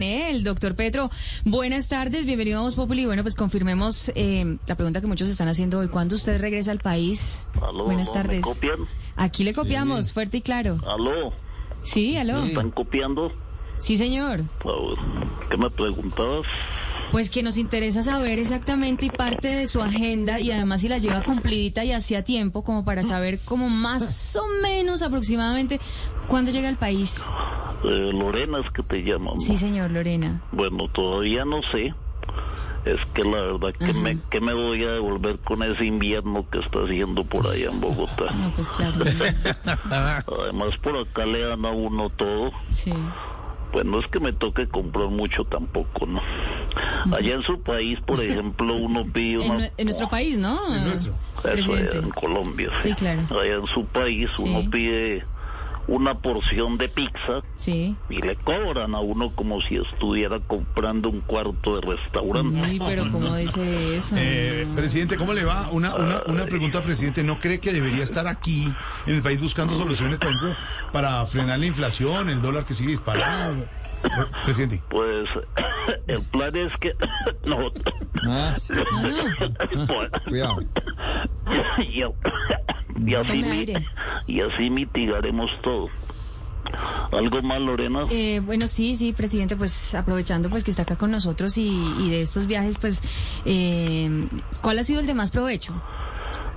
Nacional. Doctor Petro, buenas tardes, bienvenido a Voz Populi. Bueno, pues confirmemos eh, la pregunta que muchos están haciendo hoy. ¿Cuándo usted regresa al país? Aló, buenas aló, tardes. ¿Me copian? Aquí le copiamos, fuerte y claro. Aló, Sí, aló. ¿me están copiando? Sí, señor. Pues, ¿Qué me preguntabas? Pues que nos interesa saber exactamente y parte de su agenda y además si la lleva cumplidita y hacía tiempo como para saber como más o menos aproximadamente cuándo llega al país. Eh, Lorena es que te llaman. Sí, señor Lorena. Bueno, todavía no sé. Es que la verdad que me, que me voy a devolver con ese invierno que está haciendo por allá en Bogotá. No, pues claro. Además por acá le dan a uno todo. Sí. Pues no es que me toque comprar mucho tampoco, ¿no? Allá en su país, por ejemplo, uno pide En, una... nue- en nuestro país, ¿no? Eso allá Presidente. en Colombia. Sí, claro. Allá en su país Sí. uno pide una porción de pizza Sí. y le cobran a uno como si estuviera comprando un cuarto de restaurante. Uy, pero ¿cómo dice eso? Eh, presidente, ¿cómo le va? Una, una, una pregunta, presidente. ¿No cree que debería estar aquí en el país buscando soluciones, por ejemplo, para frenar la inflación, el dólar que sigue disparado? Presidente. Pues el plan es que no, Ah, No, no. pues, cuidado. y, y así Tome mi- aire. y así mitigaremos todo. ¿Algo más, Lorena? Eh, bueno, sí, sí, presidente, pues aprovechando pues que está acá con nosotros y, y de estos viajes, pues, eh, ¿cuál ha sido el de más provecho?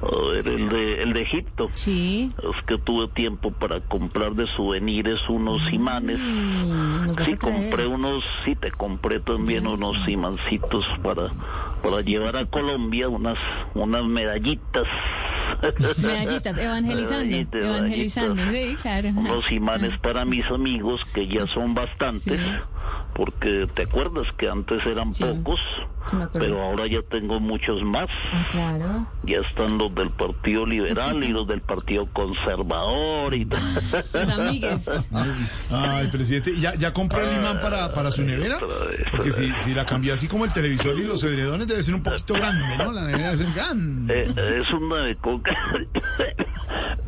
A ver, el de, el de Egipto. Sí. Es que tuve tiempo para comprar de souvenirs unos imanes. Mm, Nos vas Sí, a traer. compré unos, sí, te compré también unos imancitos para, para llevar a Colombia unas, unas medallitas. Medallitas, evangelizando, Medallitas, evangelizando, medallitas. sí, claro. Unos imanes para mis amigos que ya son bastantes, Sí. porque te acuerdas que antes eran Sí. pocos, Sí, me acuerdo. pero ahora ya tengo muchos más. Ah, claro. Ya están los del Partido Liberal y los del Partido Conservador y Los amigues. Ah, Ay, presidente, ¿y ¿ya, ya compró el imán para, para su nevera? Porque si, si la cambió así como el televisor y los edredones, debe ser un poquito grande, ¿no? La nevera debe ser grande. Eh, es una de coca.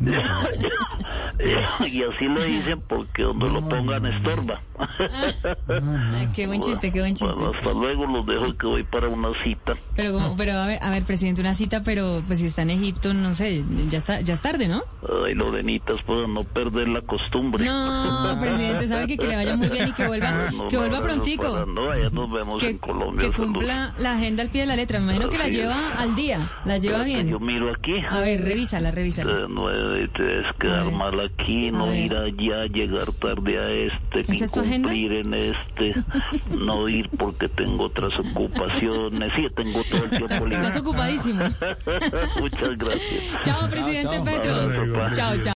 Eh, y así le dicen porque donde lo pongan estorba. Ay, Ah, qué buen chiste, qué buen chiste. Bueno, hasta luego, los dejo que voy para una cita. Pero, como- pero a, ver, a ver, presidente, una cita, pero pues si está en Egipto, no sé, ya está, ya es tarde, ¿no? Ay, Lorenitas, para pues, no perder la costumbre. No, presidente, sabe que, que le vaya muy bien y que vuelva, Bueno, que un vuelva abrazo para- prontico. No, allá nos vemos Que, en Colombia. que saludos. cumpla la agenda al pie de la letra. Me imagino que la Así es. lleva al día, la lleva Espérate, bien. Yo miro aquí. A ver, revísala, revísala. Eh, No eh, te es Este, A quedar ver. mal aquí, A no ver. ir allá, llegar tarde a este, ¿Esa es tu agenda? cumplir en este, no ir porque tengo otras ocupaciones. Sí, tengo todo el tiempo libre. Estás ocupadísimo. Muchas gracias. Chao, presidente chao. Petro. Hasta luego, Chao, presidente. chao.